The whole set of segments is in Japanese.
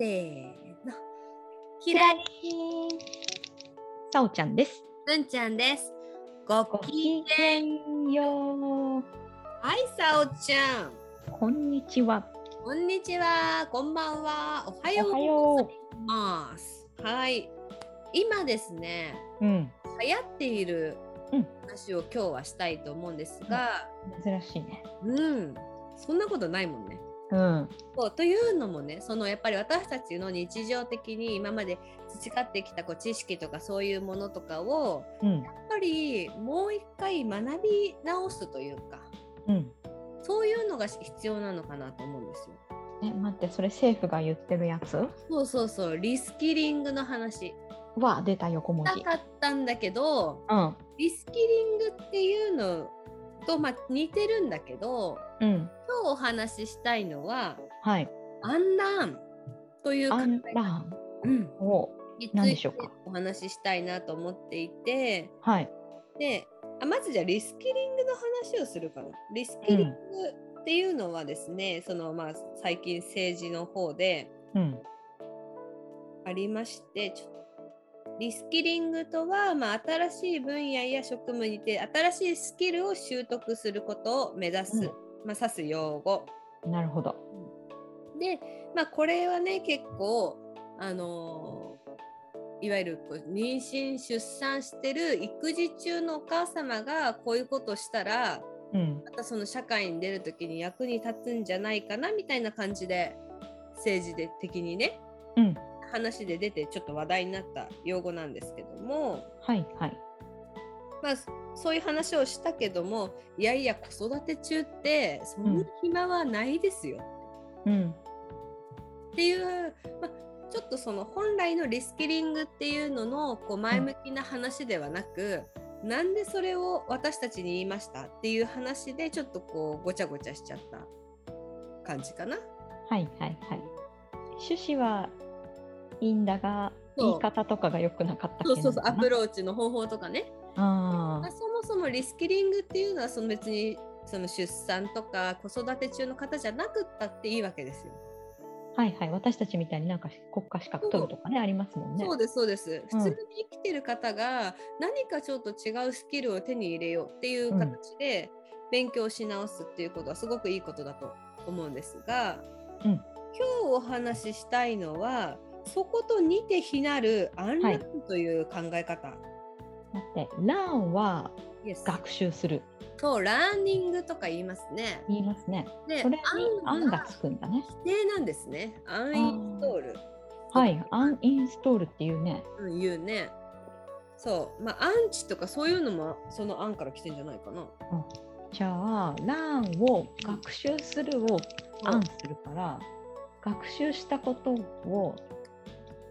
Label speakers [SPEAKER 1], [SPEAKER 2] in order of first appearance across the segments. [SPEAKER 1] せーの。ひらり
[SPEAKER 2] さおちゃんです。
[SPEAKER 1] 文ちゃんです。ごきげん。
[SPEAKER 2] よう。
[SPEAKER 1] はい、さおちゃん。
[SPEAKER 2] こんにちは。
[SPEAKER 1] こんにちは。こんばんは。おはよ
[SPEAKER 2] おは
[SPEAKER 1] うござ
[SPEAKER 2] よ
[SPEAKER 1] います。はい。今ですね、
[SPEAKER 2] う。うん。
[SPEAKER 1] 流行っている
[SPEAKER 2] うん
[SPEAKER 1] 話を今日はしたいと思うんですが、
[SPEAKER 2] 珍しいね。
[SPEAKER 1] うん、そんなことないもんね。
[SPEAKER 2] うん。
[SPEAKER 1] そうというのもねそのやっぱり私たちの日常的に今まで培ってきたこう知識とかそういうものとかを
[SPEAKER 2] うん。
[SPEAKER 1] やっぱりもう一回学び直すというか
[SPEAKER 2] うん。
[SPEAKER 1] そういうのが必要なのかなと思うんですよ。
[SPEAKER 2] え、待って、それ政府が言ってるやつ。
[SPEAKER 1] そうそうそうリスキリングの話
[SPEAKER 2] は出た横文
[SPEAKER 1] な
[SPEAKER 2] 字。
[SPEAKER 1] かったんだけど
[SPEAKER 2] うん。
[SPEAKER 1] リスキリングっていうのと、まあ、似てるんだけど
[SPEAKER 2] うん。
[SPEAKER 1] 今日お話ししたいのは
[SPEAKER 2] はい。
[SPEAKER 1] アンラーンという考
[SPEAKER 2] ア
[SPEAKER 1] え方
[SPEAKER 2] ンラーン
[SPEAKER 1] うん、
[SPEAKER 2] を。
[SPEAKER 1] につ
[SPEAKER 2] 何で
[SPEAKER 1] い
[SPEAKER 2] しょ
[SPEAKER 1] て
[SPEAKER 2] うか
[SPEAKER 1] お話ししたいなと思っていて
[SPEAKER 2] はい。
[SPEAKER 1] であまずじゃあリスキリングの話をするかな。リスキリングっていうのはですね、そのまあ最近政治の方で
[SPEAKER 2] うん。
[SPEAKER 1] ありましてちょっとリスキリングとは、まあ、新しい分野や職務にて新しいスキルを習得することを目指す、
[SPEAKER 2] うん
[SPEAKER 1] まあ、指す用語
[SPEAKER 2] なるほど。
[SPEAKER 1] で、まあ、これはね結構あのーいわゆるこう妊娠出産してる育児中のお母様がこういうことしたら
[SPEAKER 2] うん。
[SPEAKER 1] またその社会に出る時に役に立つんじゃないかなみたいな感じで政治で的にね
[SPEAKER 2] うん。
[SPEAKER 1] 話で出てちょっと話題になった用語なんですけども、
[SPEAKER 2] はい。はい。
[SPEAKER 1] まあ、そそういう話をしたけどもいやいや子育て中ってそんな暇はないですよ、
[SPEAKER 2] うん。
[SPEAKER 1] っていう、まあ、ちょっとその本来のリスキリングっていうののこう前向きな話ではなく、なんでそれを私たちに言いましたっていう話でちょっとこうごちゃごちゃしちゃった感じかな。
[SPEAKER 2] はい。はい。はい。趣旨は。いいんだが。
[SPEAKER 1] そう
[SPEAKER 2] 言い方とかが良くなかったっけ
[SPEAKER 1] そうそうそうアプ
[SPEAKER 2] ロ。
[SPEAKER 1] ローチの方法とかね。
[SPEAKER 2] あ
[SPEAKER 1] ま
[SPEAKER 2] あ
[SPEAKER 1] あ、。そもそもリスキリングっていうのはその別にその出産とか子育て中の方じゃなくったっていいわけですよ。
[SPEAKER 2] はい。はい。私たちみたいになんか国家資格取るとかね、ありますもんね
[SPEAKER 1] そう。ですそうです。
[SPEAKER 2] う
[SPEAKER 1] 普
[SPEAKER 2] ん
[SPEAKER 1] 通に生きてる方が何かちょっと違うスキルを手に入れようっていう形で勉強し直すっていうことはすごくいいことだと思うんですが、
[SPEAKER 2] うん
[SPEAKER 1] 今日お話ししたいのはそこと似て非なるアンラーンという考え方。
[SPEAKER 2] 待って、ラーンは
[SPEAKER 1] Yes
[SPEAKER 2] 学習する。
[SPEAKER 1] そうラーニングとか言いますね。
[SPEAKER 2] 言いますね。
[SPEAKER 1] で
[SPEAKER 2] それに
[SPEAKER 1] ア
[SPEAKER 2] ア
[SPEAKER 1] ン
[SPEAKER 2] ン
[SPEAKER 1] が
[SPEAKER 2] がつくんだね。
[SPEAKER 1] 否定なんですね。アンインストール。
[SPEAKER 2] はい、アンインストールっていうね。
[SPEAKER 1] うん、言うね。そう。まあ、アンチとかそういうのもそのアンから来てんじゃないかな。
[SPEAKER 2] じゃあ、ラーンを学習するをアンするから、学習したことを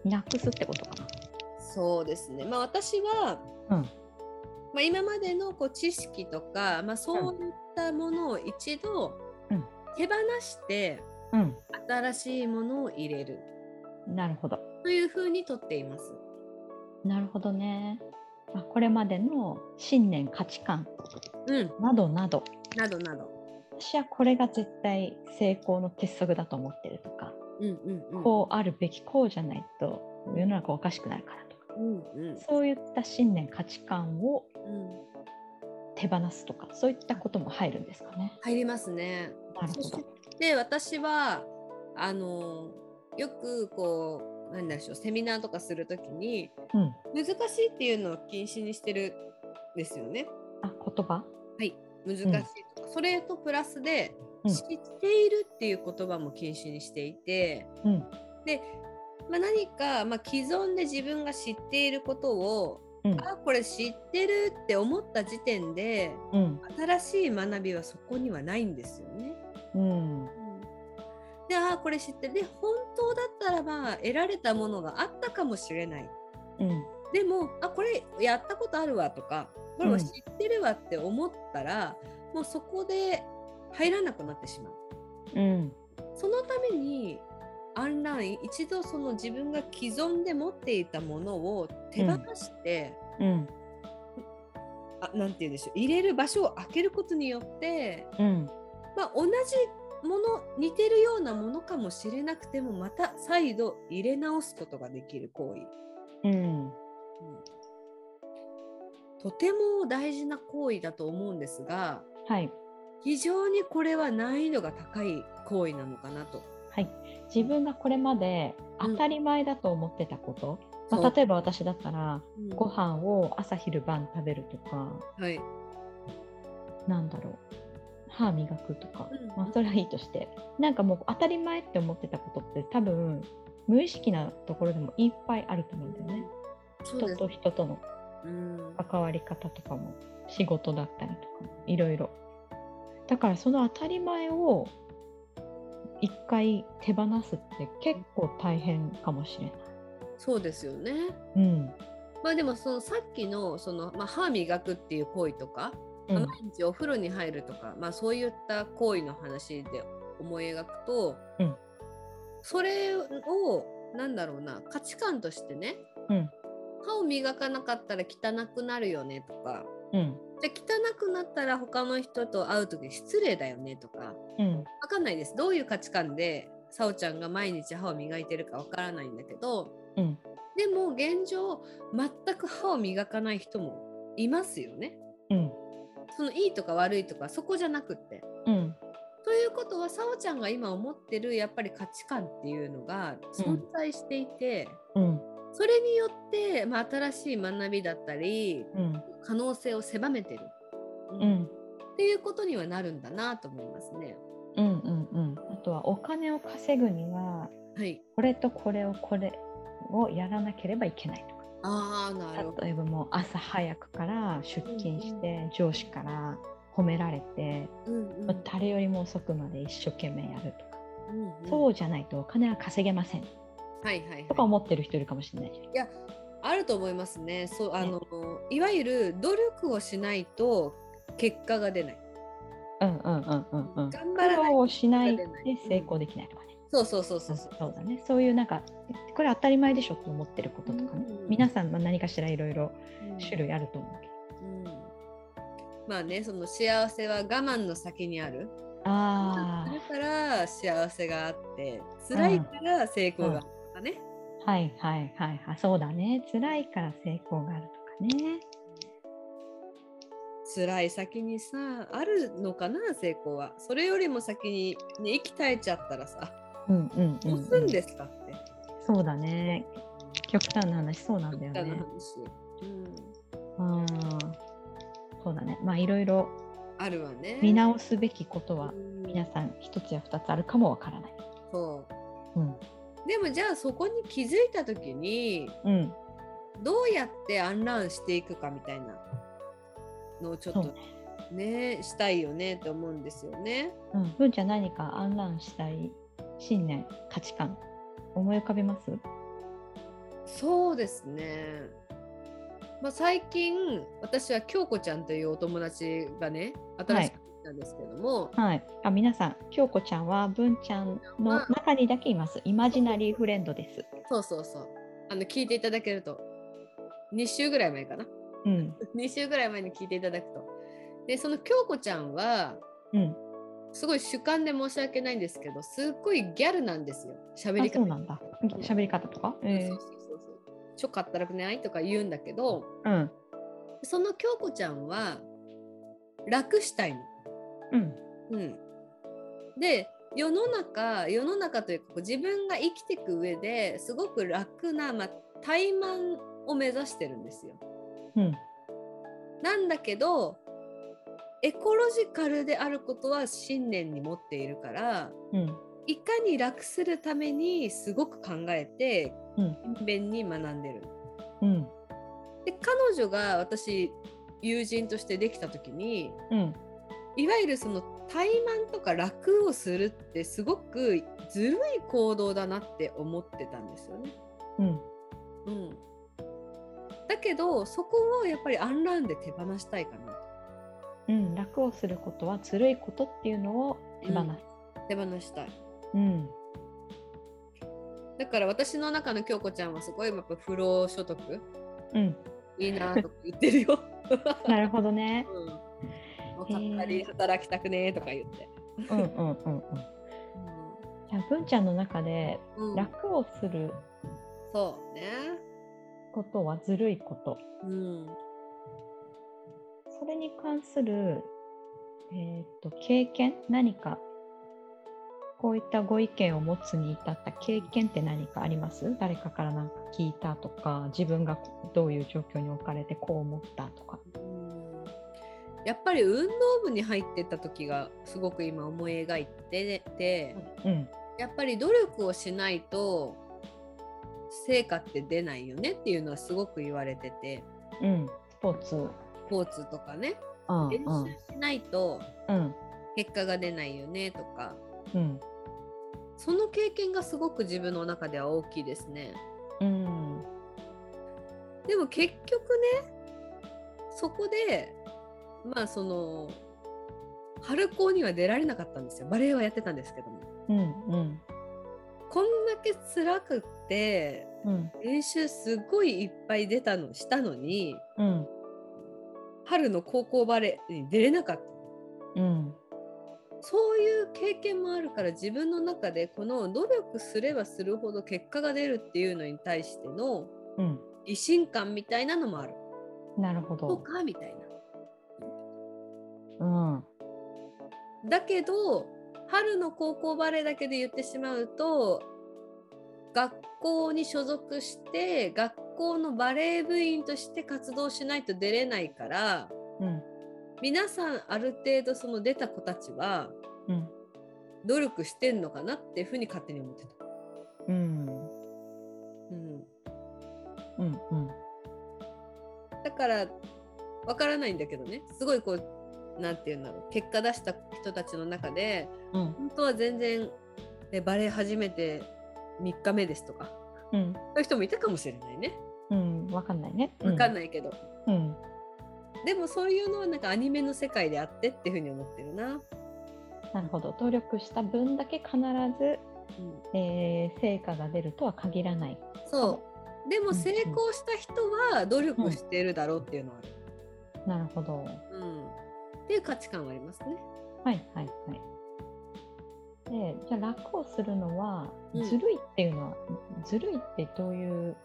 [SPEAKER 2] なくすってことかな。
[SPEAKER 1] そうですね。まあ、私は、
[SPEAKER 2] うん
[SPEAKER 1] まあ、今までのこう知識とか、まあ、そういったものを一度
[SPEAKER 2] うん
[SPEAKER 1] 手放して
[SPEAKER 2] う
[SPEAKER 1] 新しいものを入れる
[SPEAKER 2] ん、なるほど。
[SPEAKER 1] というふうにとっています。
[SPEAKER 2] なるほどね。まあこれまでの信念、価値観
[SPEAKER 1] うん、
[SPEAKER 2] などなど、
[SPEAKER 1] などなど。
[SPEAKER 2] 私はこれが絶対成功の鉄則だと思ってるとか、
[SPEAKER 1] うんうんうん。
[SPEAKER 2] こうあるべき、こうじゃないと世の中おかしくなるからとか、
[SPEAKER 1] うんうん
[SPEAKER 2] そういった信念、価値観を
[SPEAKER 1] うん、
[SPEAKER 2] 手放すとかそういったことも入るんですかね。
[SPEAKER 1] 入りますね。
[SPEAKER 2] なる
[SPEAKER 1] そ
[SPEAKER 2] ほ
[SPEAKER 1] し
[SPEAKER 2] ど。
[SPEAKER 1] て私はあのよくこう何でしょうセミナーとかするときに
[SPEAKER 2] うん。
[SPEAKER 1] 難しいっていうのを禁止にしてるんですよね。
[SPEAKER 2] あ言葉。
[SPEAKER 1] はい、難しいとか、それとプラスで、
[SPEAKER 2] うん
[SPEAKER 1] 知っているっていう言葉も禁止にしていて、
[SPEAKER 2] うん
[SPEAKER 1] まあ、何か、まあ、既存で自分が知っていることを、
[SPEAKER 2] うん
[SPEAKER 1] あこれ知ってるって思った時点で
[SPEAKER 2] うん
[SPEAKER 1] 新しい学びはそこにはないんですよね。
[SPEAKER 2] うん
[SPEAKER 1] ででああこれ知ってるで本当だったらば得られたものがあったかもしれない
[SPEAKER 2] うん
[SPEAKER 1] でもあこれやったことあるわとかこれ
[SPEAKER 2] う
[SPEAKER 1] は
[SPEAKER 2] ん
[SPEAKER 1] 知ってるわって思ったら、もうそこで入らなくなってしまう
[SPEAKER 2] うん
[SPEAKER 1] そのためにアンライン一度その自分が既存で持っていたものを手放して、
[SPEAKER 2] うん
[SPEAKER 1] あなんて言うんでしょう入れる場所を開けることによって、
[SPEAKER 2] うん
[SPEAKER 1] まあ、同じもの似てるようなものかもしれなくてもまた再度入れ直すことができる行為
[SPEAKER 2] うん
[SPEAKER 1] とても大事な行為だと思うんですが
[SPEAKER 2] はい
[SPEAKER 1] 非常にこれは難易度が高い行為なのかなと。
[SPEAKER 2] はい自分がこれまで
[SPEAKER 1] うん
[SPEAKER 2] 当たり前だと思ってたこと、
[SPEAKER 1] そ
[SPEAKER 2] まあ、
[SPEAKER 1] う
[SPEAKER 2] 例えば私だったら
[SPEAKER 1] うん
[SPEAKER 2] ご飯を朝昼晩食べるとか、
[SPEAKER 1] はい、
[SPEAKER 2] なんだろう歯磨くとか、
[SPEAKER 1] うん
[SPEAKER 2] まあ、それはいいとしてなんかもう当たり前って思ってたことって多分無意識なところでもいっぱいあると思うんだよね。
[SPEAKER 1] そうで
[SPEAKER 2] 人
[SPEAKER 1] す
[SPEAKER 2] と人との
[SPEAKER 1] うん
[SPEAKER 2] 関わり方とかも仕事だったりとかもいろいろだからその当たり前を一回手放すって結構大変かもしれない。
[SPEAKER 1] そうですよね。
[SPEAKER 2] うん
[SPEAKER 1] まあでもそのさっきのその、まあ、歯磨くっていう行為とか、
[SPEAKER 2] う
[SPEAKER 1] まあ
[SPEAKER 2] ん
[SPEAKER 1] 毎日お風呂に入るとか、まあ、そういった行為の話で思い描くと、
[SPEAKER 2] うん
[SPEAKER 1] それをなんだろうな価値観としてね、
[SPEAKER 2] うん
[SPEAKER 1] 歯を磨かなかったら汚くなるよねとか
[SPEAKER 2] うん
[SPEAKER 1] じゃあ汚くなったら他の人と会う時失礼だよねとか
[SPEAKER 2] うん
[SPEAKER 1] わかんないですどういう価値観でさおちゃんが毎日歯を磨いてるかわからないんだけど
[SPEAKER 2] うん
[SPEAKER 1] でも現状全く歯を磨かない人もいますよね。
[SPEAKER 2] うん
[SPEAKER 1] そのいいとか悪いとかそこじゃなくって。
[SPEAKER 2] うん
[SPEAKER 1] ということはさおちゃんが今思ってるやっぱり価値観っていうのが存在していて、
[SPEAKER 2] うん
[SPEAKER 1] それによって、まあ、新しい学びだったり
[SPEAKER 2] うん
[SPEAKER 1] 可能性を狭めてる、
[SPEAKER 2] うん
[SPEAKER 1] っていうことにはなるんだなと思いますね。
[SPEAKER 2] うんうんうんあとはお金を稼ぐには
[SPEAKER 1] はい、
[SPEAKER 2] これとこれをこれをやらなければいけないと
[SPEAKER 1] ああなるほ
[SPEAKER 2] か
[SPEAKER 1] ど。
[SPEAKER 2] 例えばもう朝早くから出勤して上司から褒められて
[SPEAKER 1] うんうん
[SPEAKER 2] まあ誰よりも遅くまで一生懸命やるとか、
[SPEAKER 1] うんうん
[SPEAKER 2] そうじゃないとお金は稼げません
[SPEAKER 1] はいはいはい
[SPEAKER 2] とか思ってる人いるかもしれないじ
[SPEAKER 1] いやあると思いますねそうあの、いわゆる努力をしないと結果が出ない
[SPEAKER 2] ゃん。うんうんうんうんうん。
[SPEAKER 1] 頑
[SPEAKER 2] 苦
[SPEAKER 1] 張らない
[SPEAKER 2] 労をしないで
[SPEAKER 1] 結果が出ない
[SPEAKER 2] 成功できないとかね。
[SPEAKER 1] そうそうそうそううんそう
[SPEAKER 2] そうだね。そういうなんかこれ当たり前でしょと思ってることとかね
[SPEAKER 1] うんうん。
[SPEAKER 2] 皆さんまあ何かしらいろいろ
[SPEAKER 1] うん
[SPEAKER 2] 種類あると思うけど。
[SPEAKER 1] うんまあねその幸せは我慢の先にある
[SPEAKER 2] あ
[SPEAKER 1] 我慢するから幸せがあって辛いから成功があるとかね、
[SPEAKER 2] あ、はいはいはいはい。そうだね。辛いから成功があるとかね。
[SPEAKER 1] 辛い先にさあるのかな成功はそれよりも先に、ね、息絶えちゃったらさ
[SPEAKER 2] うんうんうん、
[SPEAKER 1] ど
[SPEAKER 2] う。
[SPEAKER 1] うんすんですかって、
[SPEAKER 2] そうだね。極端な話そうなんだよ
[SPEAKER 1] あの
[SPEAKER 2] ね。
[SPEAKER 1] 話、う
[SPEAKER 2] う
[SPEAKER 1] ん、
[SPEAKER 2] ん。そうだね。まあいろいろ
[SPEAKER 1] あるわね
[SPEAKER 2] 見直すべきことは
[SPEAKER 1] うん
[SPEAKER 2] 皆さん一つや二つあるかもわからない。
[SPEAKER 1] そう
[SPEAKER 2] うん。
[SPEAKER 1] でもじゃあそこに気づいた時に
[SPEAKER 2] うん。
[SPEAKER 1] どうやってアンランしていくかみたいなのをちょっ
[SPEAKER 2] そう
[SPEAKER 1] とねしたいよねと思うんですよね。
[SPEAKER 2] うん。文ちゃん何かアンランしたい信念、価値観、思い浮かべます
[SPEAKER 1] そうですね。まあ、最近私は京子ちゃんというお友達がね新しく来たんですけども、
[SPEAKER 2] はい。あ、皆さん、京子ちゃんは文ちゃんの中にだけいます。イマジナリーフレンドです。
[SPEAKER 1] そうそうそうあの聞いていただけると2週ぐらい前かな
[SPEAKER 2] うん。
[SPEAKER 1] 2週ぐらい前に聞いていただくと。でその京子ちゃんは
[SPEAKER 2] うん。
[SPEAKER 1] すごい主観で申し訳ないんですけどすっごいギャルなんですよ喋
[SPEAKER 2] あ
[SPEAKER 1] り、方
[SPEAKER 2] そうなんだ。喋り方とか。え
[SPEAKER 1] そうそうそうそうちょかったらくないとか言うんだけど
[SPEAKER 2] うん。
[SPEAKER 1] その京子ちゃんは楽したいの。
[SPEAKER 2] うん。
[SPEAKER 1] うん、で世の中世の中というかこう自分が生きていく上ですごく楽な、まあ、怠慢を目指してるんですよ。
[SPEAKER 2] うん。
[SPEAKER 1] なんだけどエコロジカルであることは信念に持っているから
[SPEAKER 2] うん。
[SPEAKER 1] いかに楽するためにすごく考えて
[SPEAKER 2] うん
[SPEAKER 1] 勤勉に学んでる。
[SPEAKER 2] うん。
[SPEAKER 1] で彼女が私友人としてできた時に
[SPEAKER 2] うん。
[SPEAKER 1] いわゆるその怠慢とか楽をするってすごくずるい行動だなって思ってたんですよね。
[SPEAKER 2] うん
[SPEAKER 1] うん、だけどそこをやっぱりアンラーンで手放したいかな
[SPEAKER 2] うん、楽をすることはずるいことっていうのを手放す。
[SPEAKER 1] 手放したい。
[SPEAKER 2] うん、
[SPEAKER 1] だから私の中の京子ちゃんはすごいやっぱ不労所得
[SPEAKER 2] うん、
[SPEAKER 1] いいなとか言ってるよ。
[SPEAKER 2] なるほどね。
[SPEAKER 1] うん、もう買ったり働きたくねーとか言って。
[SPEAKER 2] うんうんうんうん。じゃあ文ちゃんの中で
[SPEAKER 1] うんうん、
[SPEAKER 2] 楽をする
[SPEAKER 1] そうね。
[SPEAKER 2] ことはずるいこと。
[SPEAKER 1] うん
[SPEAKER 2] それに関するえっ、と経験何かこういったご意見を持つに至った経験って何かあります？誰かからなんか聞いたとか、自分がどういう状況に置かれてこう思ったとか。
[SPEAKER 1] うんやっぱり運動部に入ってた時がすごく今思い描いてて、
[SPEAKER 2] うん、
[SPEAKER 1] やっぱり努力をしないと成果って出ないよねっていうのはすごく言われてて
[SPEAKER 2] うん、スポーツ。
[SPEAKER 1] スポーツとかね
[SPEAKER 2] うん
[SPEAKER 1] 練
[SPEAKER 2] うん
[SPEAKER 1] 習しないと
[SPEAKER 2] うん
[SPEAKER 1] 結果が出ないよねとか
[SPEAKER 2] うん
[SPEAKER 1] その経験がすごく自分の中では大きいですね
[SPEAKER 2] うん。
[SPEAKER 1] でも結局ねそこでまあその春高には出られなかったんですよバレエはやってたんですけども
[SPEAKER 2] うんうん
[SPEAKER 1] こんだけ辛くって
[SPEAKER 2] うん
[SPEAKER 1] 練習すごいいっぱい出たのしたのに
[SPEAKER 2] うん
[SPEAKER 1] 春の高校バレーに出れなかった
[SPEAKER 2] うん
[SPEAKER 1] そういう経験もあるから自分の中でこの努力すればするほど結果が出るっていうのに対しての
[SPEAKER 2] うん
[SPEAKER 1] 疑心感みたいなのもある
[SPEAKER 2] なるほ
[SPEAKER 1] そう
[SPEAKER 2] ど。
[SPEAKER 1] かみたい
[SPEAKER 2] うんうん
[SPEAKER 1] なだけど春の高校バレーだけで言ってしまうと学校に所属して学校のバレー部員として活動しないと出れないから皆さんある程度その出た子たちは
[SPEAKER 2] うん
[SPEAKER 1] 努力してんのかなっていうふうに勝手に思ってた。
[SPEAKER 2] うん
[SPEAKER 1] うん、
[SPEAKER 2] うんうん
[SPEAKER 1] だからわからないんだけどねすごいこうなんていうんだろう結果出した人たちの中で
[SPEAKER 2] うん
[SPEAKER 1] 本当は全然えバレー始めて3日目ですとか
[SPEAKER 2] うん
[SPEAKER 1] そういう人もいたかもしれないね
[SPEAKER 2] うんわかんないね。
[SPEAKER 1] わかん
[SPEAKER 2] い。
[SPEAKER 1] ないけど、
[SPEAKER 2] うん
[SPEAKER 1] でもそういうのはなんかアニメの世界であってっていうふうに思ってるな。
[SPEAKER 2] なるほど。努力した分だけ必ず、
[SPEAKER 1] うん、
[SPEAKER 2] えー、成果が出るとは限らない。
[SPEAKER 1] そうでも成功した人は努力してるだろうっていうのはある、
[SPEAKER 2] なるほど。
[SPEAKER 1] うん、っていう価値観はありますね。
[SPEAKER 2] はいはいはい。でじゃあ楽をするのは、
[SPEAKER 1] うん
[SPEAKER 2] ずるいっていうのはずるいってどういう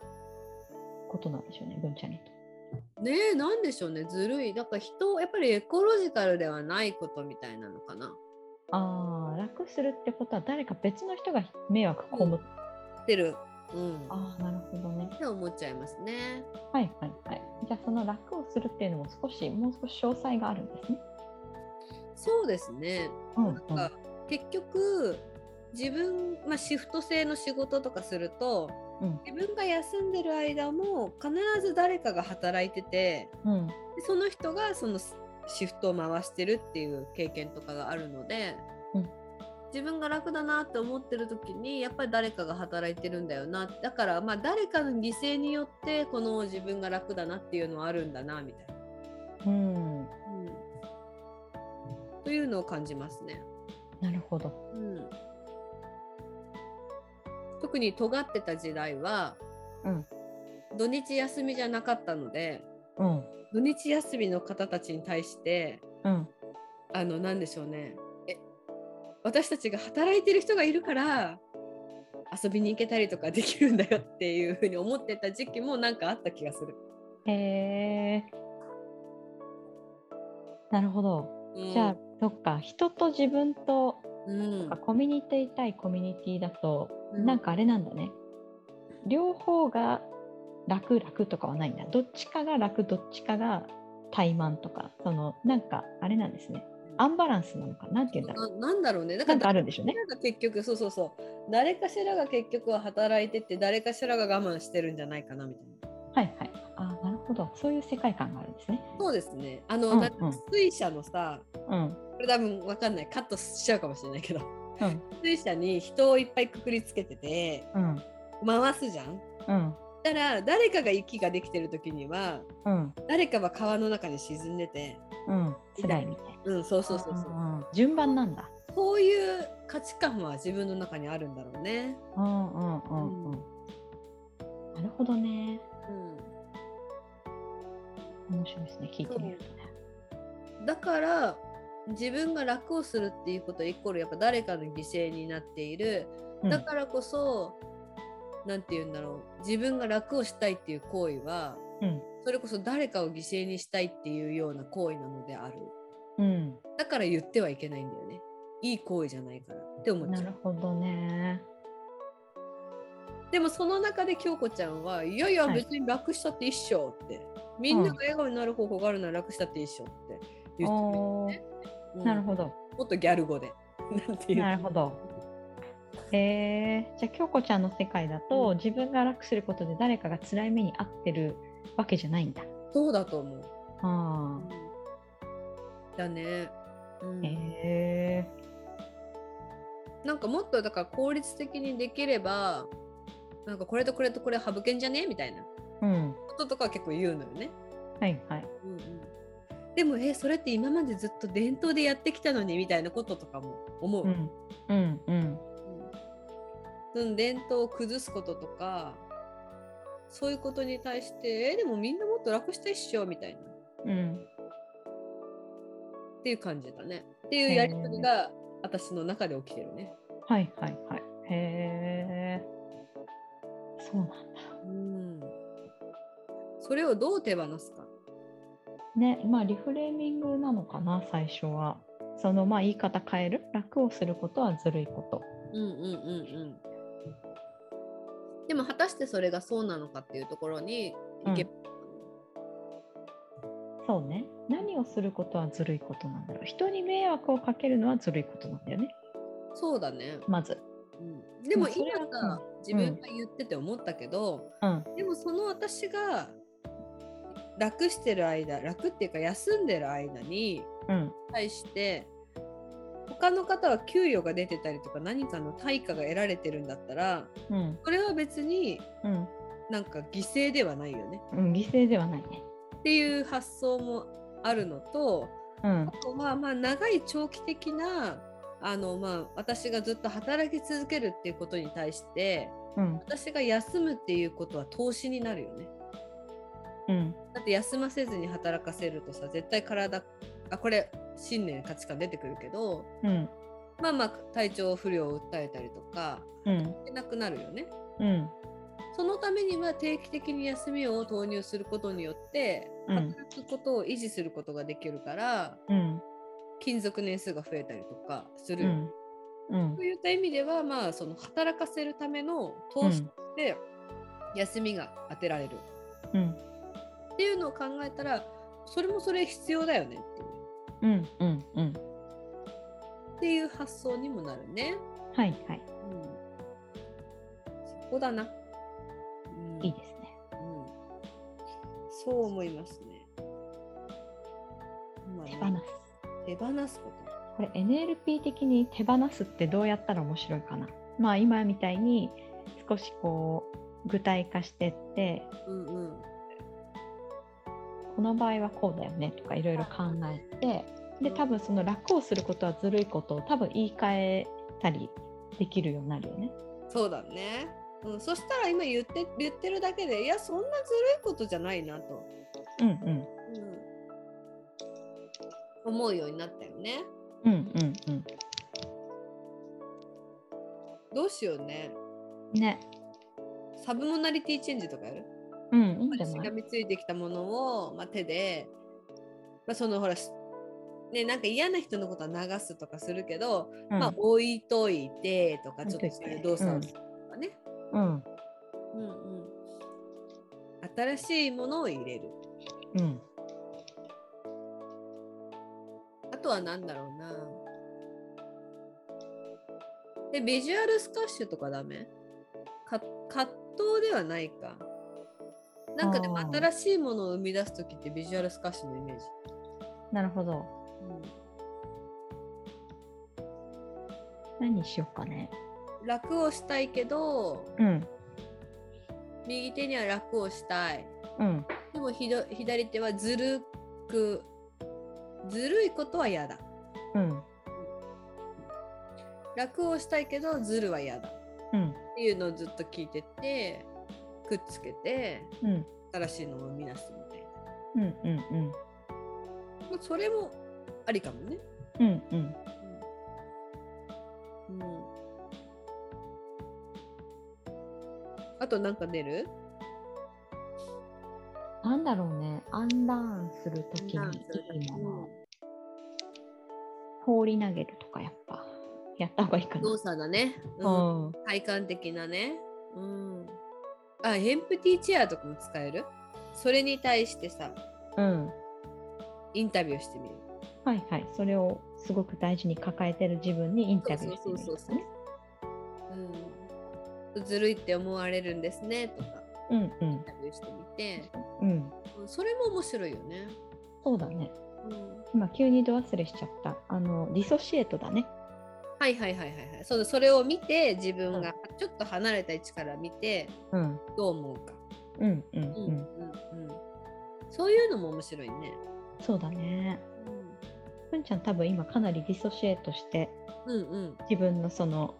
[SPEAKER 2] ことなんでしょうね文ちゃんにとって。
[SPEAKER 1] ねえなんでしょうねずるいなんか人をやっぱりエコロジカルではないことみたいなのかな
[SPEAKER 2] ああ楽するってことは誰か別の人が迷惑被む。
[SPEAKER 1] ってる、うん、っ
[SPEAKER 2] ああなるほどね。
[SPEAKER 1] て思っちゃいますね。
[SPEAKER 2] はいはいはい。じゃあその楽をするっていうのも少しもう少し詳細があるんですね。
[SPEAKER 1] そうですね
[SPEAKER 2] うん
[SPEAKER 1] なんか結局自分、まあ、シフト制の仕事とかすると
[SPEAKER 2] うん
[SPEAKER 1] 自分が休んでる間も必ず誰かが働いてて
[SPEAKER 2] うん
[SPEAKER 1] でその人がそのシフトを回してるっていう経験とかがあるので、
[SPEAKER 2] うん
[SPEAKER 1] 自分が楽だなって思ってる時にやっぱり誰かが働いてるんだよなだからまあ誰かの犠牲によってこの自分が楽だなっていうのはあるんだなみたいな。
[SPEAKER 2] うん。うん
[SPEAKER 1] というのを感じますね。
[SPEAKER 2] なるほど。
[SPEAKER 1] うん、特に尖ってた時代は、
[SPEAKER 2] うん
[SPEAKER 1] 土日休みじゃなかったので
[SPEAKER 2] うん
[SPEAKER 1] 土日休みの方たちに対して
[SPEAKER 2] うん
[SPEAKER 1] あのなんでしょうねえ私たちが働いてる人がいるから遊びに行けたりとかできるんだよっていうふうに思ってた時期もなんかあった気がする。。
[SPEAKER 2] へえ。なるほど。
[SPEAKER 1] うん
[SPEAKER 2] じゃあ、そっか人と自分と
[SPEAKER 1] うん
[SPEAKER 2] なんかコミュニティ対コミュニティだと、
[SPEAKER 1] うん
[SPEAKER 2] なんかあれなんだね。両方が楽楽とかはないんだ。どっちかが楽どっちかが怠慢とかそのなんかあれなんですね。アンバランスなのかなんて言うんだろう。
[SPEAKER 1] ななんだろうねだ
[SPEAKER 2] な
[SPEAKER 1] から
[SPEAKER 2] んかあるんでしょうね。
[SPEAKER 1] 誰かが結局そうそうそう誰かしらが結局は働いてて誰かしらが我慢してるんじゃないかなみたいな
[SPEAKER 2] はいはい。ああ、なるほど。そういう世界観があるんですね。
[SPEAKER 1] そうですねあの、
[SPEAKER 2] うん
[SPEAKER 1] なんか
[SPEAKER 2] うん
[SPEAKER 1] 水車のさ
[SPEAKER 2] うん
[SPEAKER 1] これ多分わかんないカットしちゃうかもしれないけど
[SPEAKER 2] うん
[SPEAKER 1] 水車に人をいっぱいくくりつけてて
[SPEAKER 2] うん
[SPEAKER 1] 回すじゃん
[SPEAKER 2] うん
[SPEAKER 1] だから誰かが息ができてる時には
[SPEAKER 2] うん
[SPEAKER 1] 誰かは川の中に沈んでて
[SPEAKER 2] うん世代みたいな
[SPEAKER 1] うんそうそうそうそう
[SPEAKER 2] うんうん順番なんだ
[SPEAKER 1] こういう価値観は自分の中にあるんだろうね
[SPEAKER 2] うんうんうんうんなるほどね
[SPEAKER 1] う
[SPEAKER 2] 面白いですね聞いてみるとね
[SPEAKER 1] んだから自分が楽をするっていうことイコールやっぱ誰かの犠牲になっている
[SPEAKER 2] うん
[SPEAKER 1] だからこそ何、なん、て言うんだろう自分が楽をしたいっていう行為は
[SPEAKER 2] うん
[SPEAKER 1] それこそ誰かを犠牲にしたいっていうような行為なのである
[SPEAKER 2] うん
[SPEAKER 1] だから言ってはいけないんだよねいい行為じゃないからって思っ
[SPEAKER 2] な
[SPEAKER 1] ちゃ
[SPEAKER 2] る
[SPEAKER 1] う
[SPEAKER 2] ほどね
[SPEAKER 1] でもその中で京子ちゃんはいやいや
[SPEAKER 2] はい
[SPEAKER 1] 別に楽したって一緒ってみんなが笑顔になる方法があるなら楽したって一緒って言って
[SPEAKER 2] おー
[SPEAKER 1] る、うん
[SPEAKER 2] なるほど
[SPEAKER 1] もっとギャル語で。 なんていう
[SPEAKER 2] なるほど。えー、じゃあ京子ちゃんの世界だと、自分が楽することで誰かが辛い目に遭ってるわけじゃないんだ。
[SPEAKER 1] そうだと思う。
[SPEAKER 2] あ
[SPEAKER 1] だね。うん
[SPEAKER 2] ーえ
[SPEAKER 1] なんかもっとだから効率的にできればなんかこれとこれとこれ省けんじゃねみたいな
[SPEAKER 2] ー、うん
[SPEAKER 1] こととかは結構言うのよね。
[SPEAKER 2] はいはい。
[SPEAKER 1] うんうん、でもえそれって今までずっと伝統でやってきたのにみたいなこととかも思う。
[SPEAKER 2] う
[SPEAKER 1] うん
[SPEAKER 2] んうんうん
[SPEAKER 1] その伝統を崩すこととかそういうことに対してえでもみんなもっと楽したいっしょみたいな。
[SPEAKER 2] うん。
[SPEAKER 1] っていう感じだね。っていうやりとりが私の中で起きてるね。
[SPEAKER 2] はいはいはい。へえー、そうなんだ。
[SPEAKER 1] うん。それをどう手放すか。
[SPEAKER 2] ねまあリフレーミングなのかな最初は。そのまあ言い方変える楽をすることはずるいこと。
[SPEAKER 1] うんうんうんうん。でも果たしてそれがそうなのかっていうところにいけ、
[SPEAKER 2] そうね何をすることはずるいことなんだろう人に迷惑をかけるのはずるいことなんだよね
[SPEAKER 1] そうだね。
[SPEAKER 2] まず
[SPEAKER 1] でも
[SPEAKER 2] まあそ
[SPEAKER 1] 今
[SPEAKER 2] れは
[SPEAKER 1] さ自分が言ってて思ったけど、
[SPEAKER 2] うん
[SPEAKER 1] でもその私が楽してる間楽っていうか休んでる間に
[SPEAKER 2] うん
[SPEAKER 1] 対して他の方は給与が出てたりとか何かの対価が得られてるんだったら
[SPEAKER 2] うん
[SPEAKER 1] それは別に
[SPEAKER 2] うん、
[SPEAKER 1] なんか犠牲ではないよね
[SPEAKER 2] うん、犠牲ではないね
[SPEAKER 1] っていう発想もあるのと
[SPEAKER 2] うん
[SPEAKER 1] あとはまあ長い長期的なあのまあ私がずっと働き続けるっていうことに対して
[SPEAKER 2] うん
[SPEAKER 1] 私が休むっていうことは投資になるよね。
[SPEAKER 2] うん
[SPEAKER 1] だって休ませずに働かせるとさ絶対体あこれ信念価値観出てくるけど
[SPEAKER 2] うん
[SPEAKER 1] まあまあ体調不良を訴えたりとか
[SPEAKER 2] うん
[SPEAKER 1] いけなくなるよね。
[SPEAKER 2] うん
[SPEAKER 1] そのためには定期的に休みを投入することによって
[SPEAKER 2] うん
[SPEAKER 1] 働くことを維持することができるから、
[SPEAKER 2] うん
[SPEAKER 1] 勤続年数が増えたりとかす
[SPEAKER 2] う
[SPEAKER 1] る。
[SPEAKER 2] んうん
[SPEAKER 1] そういった意味では、まあ、その働かせるための投資として休みが当てられる
[SPEAKER 2] うん
[SPEAKER 1] っていうのを考えたらそれもそれ必要だよねっていう
[SPEAKER 2] うんうんうん
[SPEAKER 1] っていう発想にもなるね。
[SPEAKER 2] はいはい
[SPEAKER 1] うん、そこだな。うん
[SPEAKER 2] いいですね
[SPEAKER 1] うん、そう思いますね。まあ
[SPEAKER 2] 手放す
[SPEAKER 1] 手放すこと。
[SPEAKER 2] これ NLP 的に手放すってどうやったら面白いかなまあ今みたいに少しこう具体化してって
[SPEAKER 1] うんうん。
[SPEAKER 2] この場合はこうだよねとかいろいろ考えてで多分その楽をすることはずるいことを多分言い換えたりできるようになるよね。
[SPEAKER 1] そうだね。うん、そしたら今言って言ってるだけでいやそんなずるいことじゃないなと、
[SPEAKER 2] うん
[SPEAKER 1] うん、思うようになったよね。
[SPEAKER 2] うんうんうんうん
[SPEAKER 1] どうしようね。
[SPEAKER 2] ね
[SPEAKER 1] サブモナリティチェンジとかやる
[SPEAKER 2] うんいいんじゃ
[SPEAKER 1] 私
[SPEAKER 2] な
[SPEAKER 1] が
[SPEAKER 2] い
[SPEAKER 1] 見ついてきたものを、まあ、手で、まあ、そのほら、しね、なんか嫌な人のことは流すとかするけど、
[SPEAKER 2] うん
[SPEAKER 1] まあ置いといてとかち
[SPEAKER 2] 置
[SPEAKER 1] ょ
[SPEAKER 2] い
[SPEAKER 1] っ
[SPEAKER 2] といて
[SPEAKER 1] とそういう動作をするとかね、
[SPEAKER 2] うん
[SPEAKER 1] うんうん新しいものを入れる
[SPEAKER 2] うん
[SPEAKER 1] あとは何だろうなでビジュアルスカッシュとかダメか葛藤ではないかなんかでも
[SPEAKER 2] あー
[SPEAKER 1] 新しいものを生み出す時ってビジュアルスカッシュのイメージ、
[SPEAKER 2] なるほど
[SPEAKER 1] うん
[SPEAKER 2] 何にしようかね。
[SPEAKER 1] 楽をしたいけど
[SPEAKER 2] うん、
[SPEAKER 1] 右手には楽をしたい
[SPEAKER 2] うん、
[SPEAKER 1] でもひど左手はずるくずるいことは嫌だ
[SPEAKER 2] うん、
[SPEAKER 1] 楽をしたいけどずるは嫌だ
[SPEAKER 2] うん、
[SPEAKER 1] っていうのをずっと聞いててくっつけて
[SPEAKER 2] うん、
[SPEAKER 1] 新しいのを生み出すみたいな
[SPEAKER 2] うん、うん、うん、
[SPEAKER 1] まあそれもありかもね。
[SPEAKER 2] うん、うん、
[SPEAKER 1] うんうんあとなんか出る
[SPEAKER 2] なんだろうね、アンダーンするとき
[SPEAKER 1] アンダーン
[SPEAKER 2] に
[SPEAKER 1] する時
[SPEAKER 2] いいもの。放り投げるとかやっぱ、やった方がいいかな
[SPEAKER 1] 動。作だね、うん、
[SPEAKER 2] うん、
[SPEAKER 1] 体感的なね、うん、あエンプティーチェアとかも使えるそれに対してさ
[SPEAKER 2] うん、
[SPEAKER 1] インタビューしてみる
[SPEAKER 2] はいはい、それをすごく大事に抱えてる自分にインタビューしてみるとかね。
[SPEAKER 1] うん、ずるいって思われるんですねとか
[SPEAKER 2] うん、う
[SPEAKER 1] イン
[SPEAKER 2] ん、
[SPEAKER 1] タビューしてみて、
[SPEAKER 2] うん、
[SPEAKER 1] うんそれも面白いよね、
[SPEAKER 2] そうだね。
[SPEAKER 1] うん、
[SPEAKER 2] 今急に度忘れしちゃった。あの、ディソシエートだね。
[SPEAKER 1] はいはいはいはいはいそうだそれを見て自分がちょっと離れた位置から見て
[SPEAKER 2] うん、
[SPEAKER 1] どう思うか、
[SPEAKER 2] うん、うん、
[SPEAKER 1] うん
[SPEAKER 2] う
[SPEAKER 1] うん
[SPEAKER 2] ん、
[SPEAKER 1] うん、そういうのも面白いね、
[SPEAKER 2] そうだね。ふんちゃん多分今かなりディソシエートして
[SPEAKER 1] うん、うんうん
[SPEAKER 2] 自分のその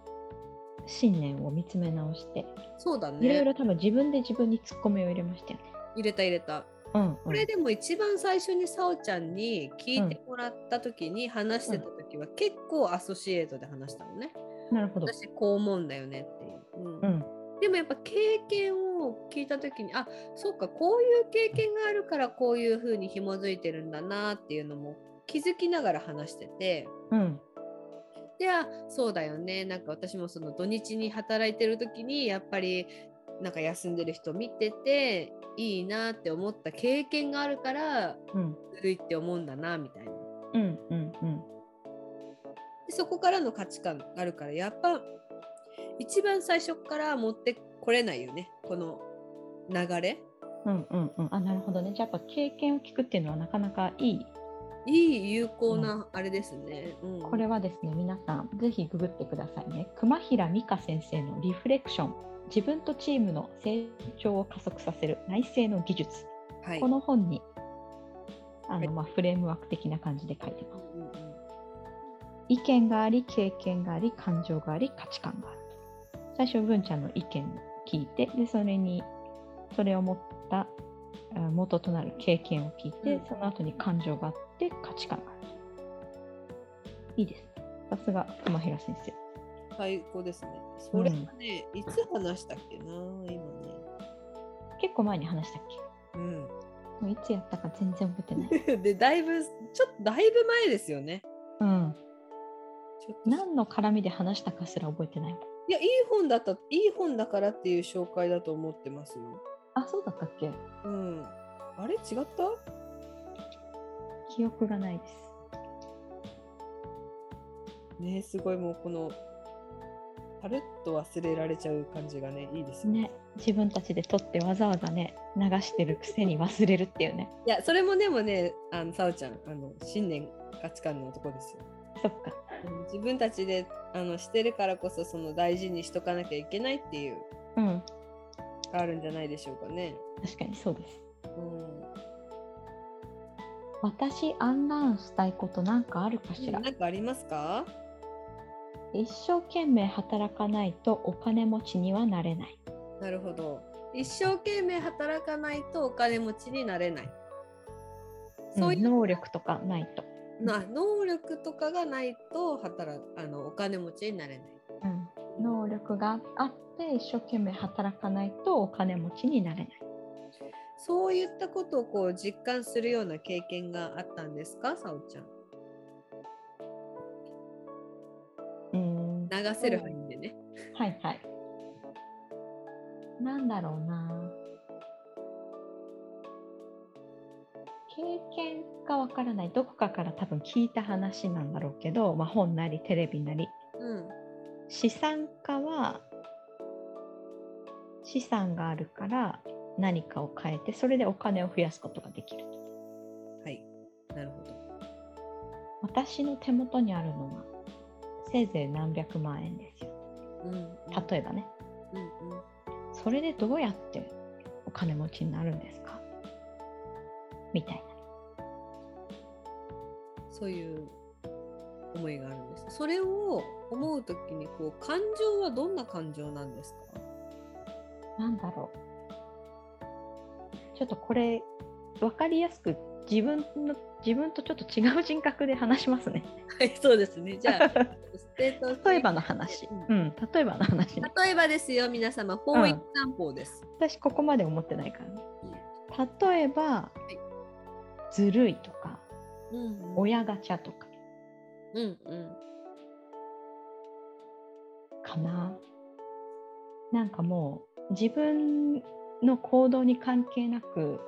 [SPEAKER 2] 信念を見つめ直して
[SPEAKER 1] そうだ
[SPEAKER 2] いろい
[SPEAKER 1] ね
[SPEAKER 2] ろ多分自分で自分にツッコミを入れましたよね。
[SPEAKER 1] 入れた入れた
[SPEAKER 2] うんうん、
[SPEAKER 1] これでも一番最初にさおちゃんに聞いてもらった時に話してた時は結構アソシエートで話したのね、
[SPEAKER 2] なるほど。
[SPEAKER 1] 私こう思うんだよねっていう、うん
[SPEAKER 2] うん
[SPEAKER 1] でもやっぱ経験を聞いた時にあそうかこういう経験があるからこういうふうに紐づいてるんだなっていうのも気づきながら話してて
[SPEAKER 2] うん
[SPEAKER 1] であそうだよねなんか私もその土日に働いてる時にやっぱりなんか休んでる人見てていいなって思った経験があるから
[SPEAKER 2] うん
[SPEAKER 1] ずるいって思うんだなみたいな。
[SPEAKER 2] うんうんうん
[SPEAKER 1] でそこからの価値観があるからやっぱ一番最初から持ってこれないよねこの流れ
[SPEAKER 2] うんうんうんあなるほどねじゃあやっぱ経験を聞くっていうのはなかなかいい
[SPEAKER 1] いい有効なあれですね、うん
[SPEAKER 2] これはですね皆さんぜひググってくださいね熊平美香先生のリフレクション自分とチームの成長を加速させる内政の技術
[SPEAKER 1] はい
[SPEAKER 2] この本にあ
[SPEAKER 1] はい
[SPEAKER 2] の、まあ、フレームワーク的な感じで書いてます
[SPEAKER 1] うんうんうん
[SPEAKER 2] 意見があり経験があり感情があり価値観がある最初文ちゃんの意見を聞いてでそれにそれを持ったあ元となる経験を聞いて、
[SPEAKER 1] うん
[SPEAKER 2] その後に感情があって価値観があるいいですねさすが熊平先生
[SPEAKER 1] 最高ですねそれはね、いつ話したっけな今ね
[SPEAKER 2] 結構前に話したっけもういつやったか全然覚えてない、
[SPEAKER 1] うん でだいぶちょっとだいぶ前ですよね
[SPEAKER 2] うん、
[SPEAKER 1] ちょっと
[SPEAKER 2] 何の絡みで話したかすら覚えてないもん
[SPEAKER 1] いやいい本だったいい本だからっていう紹介だと思ってますよ
[SPEAKER 2] あそうだったっけ
[SPEAKER 1] うんあれ違った
[SPEAKER 2] 記憶がないです
[SPEAKER 1] ねすごいもうこのたるっと忘れられちゃう感じがねいいですよ
[SPEAKER 2] ね自分たちで撮ってわざわざね流してるくせに忘れるっていうね
[SPEAKER 1] いやそれもでもねあのさおちゃんあの信念価値観のとこですよ
[SPEAKER 2] そっか
[SPEAKER 1] うん自分たちであのしてるからこそその大事にしとかなきゃいけないっていう
[SPEAKER 2] うん
[SPEAKER 1] があるんじゃないでしょうかね
[SPEAKER 2] 確かにそうです
[SPEAKER 1] うん
[SPEAKER 2] 私アンダーンしたいことなんかあるかしら、
[SPEAKER 1] 何かありますか
[SPEAKER 2] 一生懸命働かないとお金持ちにはなれない
[SPEAKER 1] なるほど一生懸命働かないとお金持ちになれないそういう
[SPEAKER 2] うん能力とかないと、
[SPEAKER 1] な能力とかがないと働あのお金持ちになれない
[SPEAKER 2] うん、能力があって一生懸命働かないとお金持ちになれない
[SPEAKER 1] そういったことをこう実感するような経験があったんですか、さおちゃ
[SPEAKER 2] う
[SPEAKER 1] ん。
[SPEAKER 2] ん
[SPEAKER 1] 流せる範囲でね。
[SPEAKER 2] はいはいなんだろうな経験がわからないどこかから多分聞いた話なんだろうけど、まあ、本なりテレビなり
[SPEAKER 1] うん。
[SPEAKER 2] 資産家は資産があるから何かを変えてそれでお金を増やすことができると
[SPEAKER 1] はい。なるほど。
[SPEAKER 2] 私の手元にあるのはせいぜい何百万円ですよ
[SPEAKER 1] うんうん
[SPEAKER 2] 例えばね
[SPEAKER 1] うんうん
[SPEAKER 2] それでどうやってお金持ちになるんですかみたい
[SPEAKER 1] そういう思いがあるんですそれを思う時にこう感情はどんな感情なんですか
[SPEAKER 2] ななんだろうちょっとこれ分かりやすく自分の自分とちょっと違う人格で話しますね
[SPEAKER 1] はいそうですねじゃあステート
[SPEAKER 2] 例えばの話
[SPEAKER 1] うん
[SPEAKER 2] うん例えばの話ね
[SPEAKER 1] 例えばですよ皆様方位南方です、
[SPEAKER 2] 私ここまで思ってないからね例えば
[SPEAKER 1] い
[SPEAKER 2] ずるいとか
[SPEAKER 1] うんうん
[SPEAKER 2] 親ガチャとか
[SPEAKER 1] うんうん
[SPEAKER 2] かななんかもう自分の行動に関係なく
[SPEAKER 1] うんうん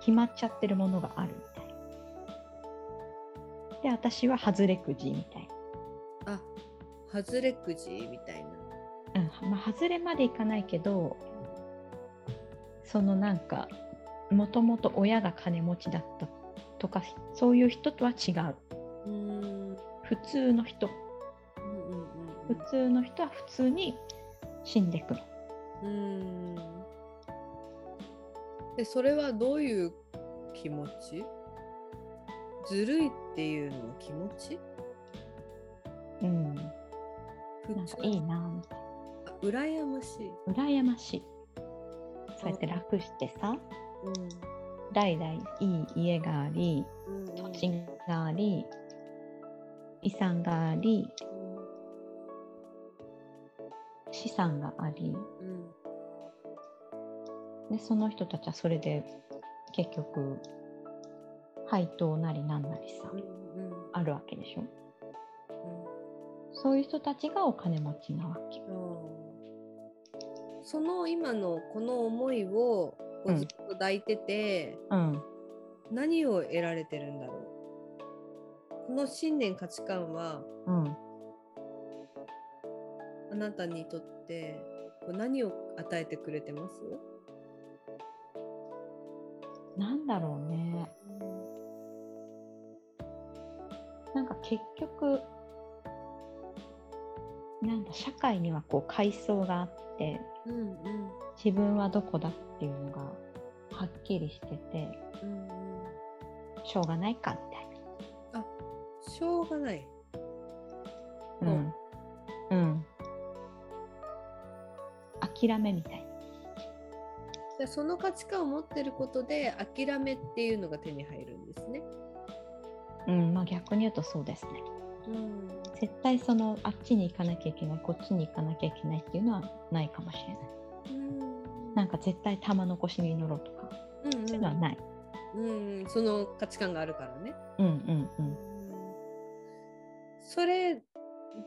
[SPEAKER 2] 決まっちゃってるものがあるみたいなで私は外れくじみたい
[SPEAKER 1] あ外れくじみたいな
[SPEAKER 2] な、うんまあ、外れまでいかないけどそのなんかもともと親が金持ちだったとかそういう人とは違う
[SPEAKER 1] うーんうん
[SPEAKER 2] 普通の人
[SPEAKER 1] うんう
[SPEAKER 2] 普
[SPEAKER 1] ん
[SPEAKER 2] 通の人は普通に死んでいくの
[SPEAKER 1] うんうーんえそれはどういう気持ちずるいっていうのは気持ち
[SPEAKER 2] うん
[SPEAKER 1] 普
[SPEAKER 2] なん
[SPEAKER 1] 通
[SPEAKER 2] かいいなみたい
[SPEAKER 1] あ羨ましい、
[SPEAKER 2] な羨ましいそうやって楽してさ代々いい家があり
[SPEAKER 1] うん
[SPEAKER 2] 土地があり遺産があり資産があり
[SPEAKER 1] うん
[SPEAKER 2] でその人たちはそれで結局配当なりなんなりさ
[SPEAKER 1] うんうんうん
[SPEAKER 2] あるわけでしょそういう人たちがお金持ちなわけ
[SPEAKER 1] うんその今のこの思いをこ
[SPEAKER 2] う
[SPEAKER 1] うんずっと抱いてて、
[SPEAKER 2] うん
[SPEAKER 1] 何を得られてるんだろうこの信念価値観は
[SPEAKER 2] うん
[SPEAKER 1] あなたにとってこう何を与えてくれてます、
[SPEAKER 2] なんだろうねなんか結局なんだ社会にはこう階層があって
[SPEAKER 1] うんうん
[SPEAKER 2] 自分はどこだっていうのがはっきりしてて
[SPEAKER 1] うんうん、
[SPEAKER 2] しょうがないかみたいな。
[SPEAKER 1] しょうがない。
[SPEAKER 2] うん。うん。諦めみたい
[SPEAKER 1] じゃあその価値観を持ってることで諦めっていうのが手に入るんですね。
[SPEAKER 2] な。うん。まあ逆に言うとそうですね。
[SPEAKER 1] うん、
[SPEAKER 2] 絶対そのあっちに行かなきゃいけない、こっちに行かなきゃいけないっていうのはないかもしれない。
[SPEAKER 1] うん
[SPEAKER 2] なんか絶対玉残しに乗ろうとか、
[SPEAKER 1] うんうん
[SPEAKER 2] そういうのはない。
[SPEAKER 1] うんうん、その価値観があるからね。
[SPEAKER 2] うんうんうん。
[SPEAKER 1] それ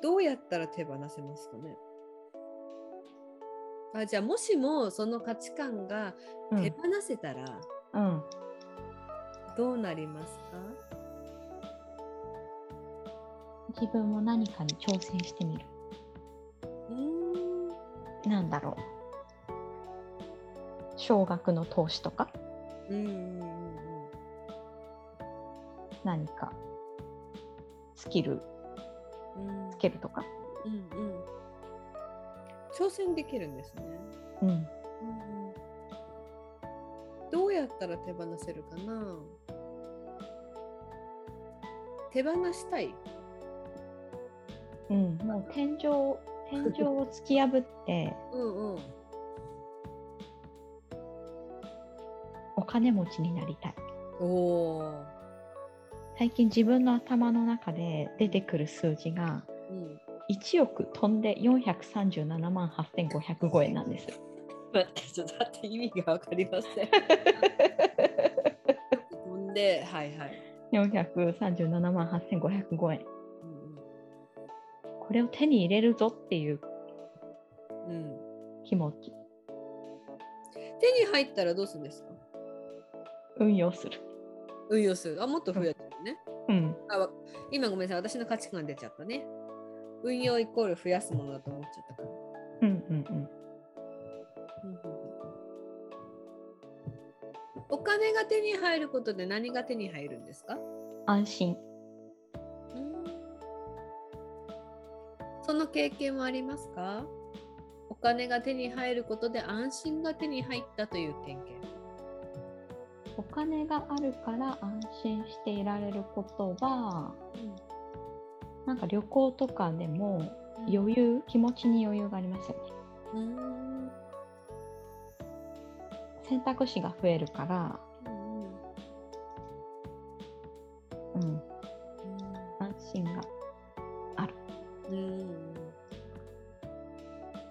[SPEAKER 1] どうやったら手放せますかねあじゃあもしもその価値観が
[SPEAKER 2] うん
[SPEAKER 1] 手放せたら
[SPEAKER 2] うん、
[SPEAKER 1] どうなりますか、
[SPEAKER 2] 自分も何かに挑戦してみる。
[SPEAKER 1] うーん、
[SPEAKER 2] なんだろう。少額の投資とか、
[SPEAKER 1] うんうんうんうん
[SPEAKER 2] 何かスキル
[SPEAKER 1] うん
[SPEAKER 2] つけるとか。
[SPEAKER 1] うんうん挑戦できるんですね、
[SPEAKER 2] うん。
[SPEAKER 1] どうやったら手放せるかな手放したい
[SPEAKER 2] うん、もう天井天井を突き破って
[SPEAKER 1] うんうん
[SPEAKER 2] お金持ちになりたい
[SPEAKER 1] おお
[SPEAKER 2] 最近自分の頭の中で出てくる数字が
[SPEAKER 1] ー、うん、
[SPEAKER 2] 1億飛んで437万8505円なんです
[SPEAKER 1] 待ってちょっと待って意味が分かりません 飛んではいはい、
[SPEAKER 2] 437万8505円
[SPEAKER 1] う
[SPEAKER 2] これを手に入れるぞっていう
[SPEAKER 1] んうんうん、
[SPEAKER 2] 気持ち
[SPEAKER 1] 手に入ったらどうするんですか
[SPEAKER 2] 運用する
[SPEAKER 1] 運用するあもっと増やすね、
[SPEAKER 2] うん
[SPEAKER 1] あわ今ごめんなさい私の価値観出ちゃったね運用イコール増やすものだと思っちゃったから、
[SPEAKER 2] うんうん
[SPEAKER 1] お金が手に入ることで何が手に入るんですか
[SPEAKER 2] うん安心
[SPEAKER 1] その経験はありますかお金が手に入ることで安心が手に入ったという経験。
[SPEAKER 2] お金があるから安心していられることはなんか旅行とかでも余裕気持ちに余裕がありますよね
[SPEAKER 1] うん。うん
[SPEAKER 2] 選択肢が増えるから、
[SPEAKER 1] うんうん
[SPEAKER 2] うん、安心が、
[SPEAKER 1] うん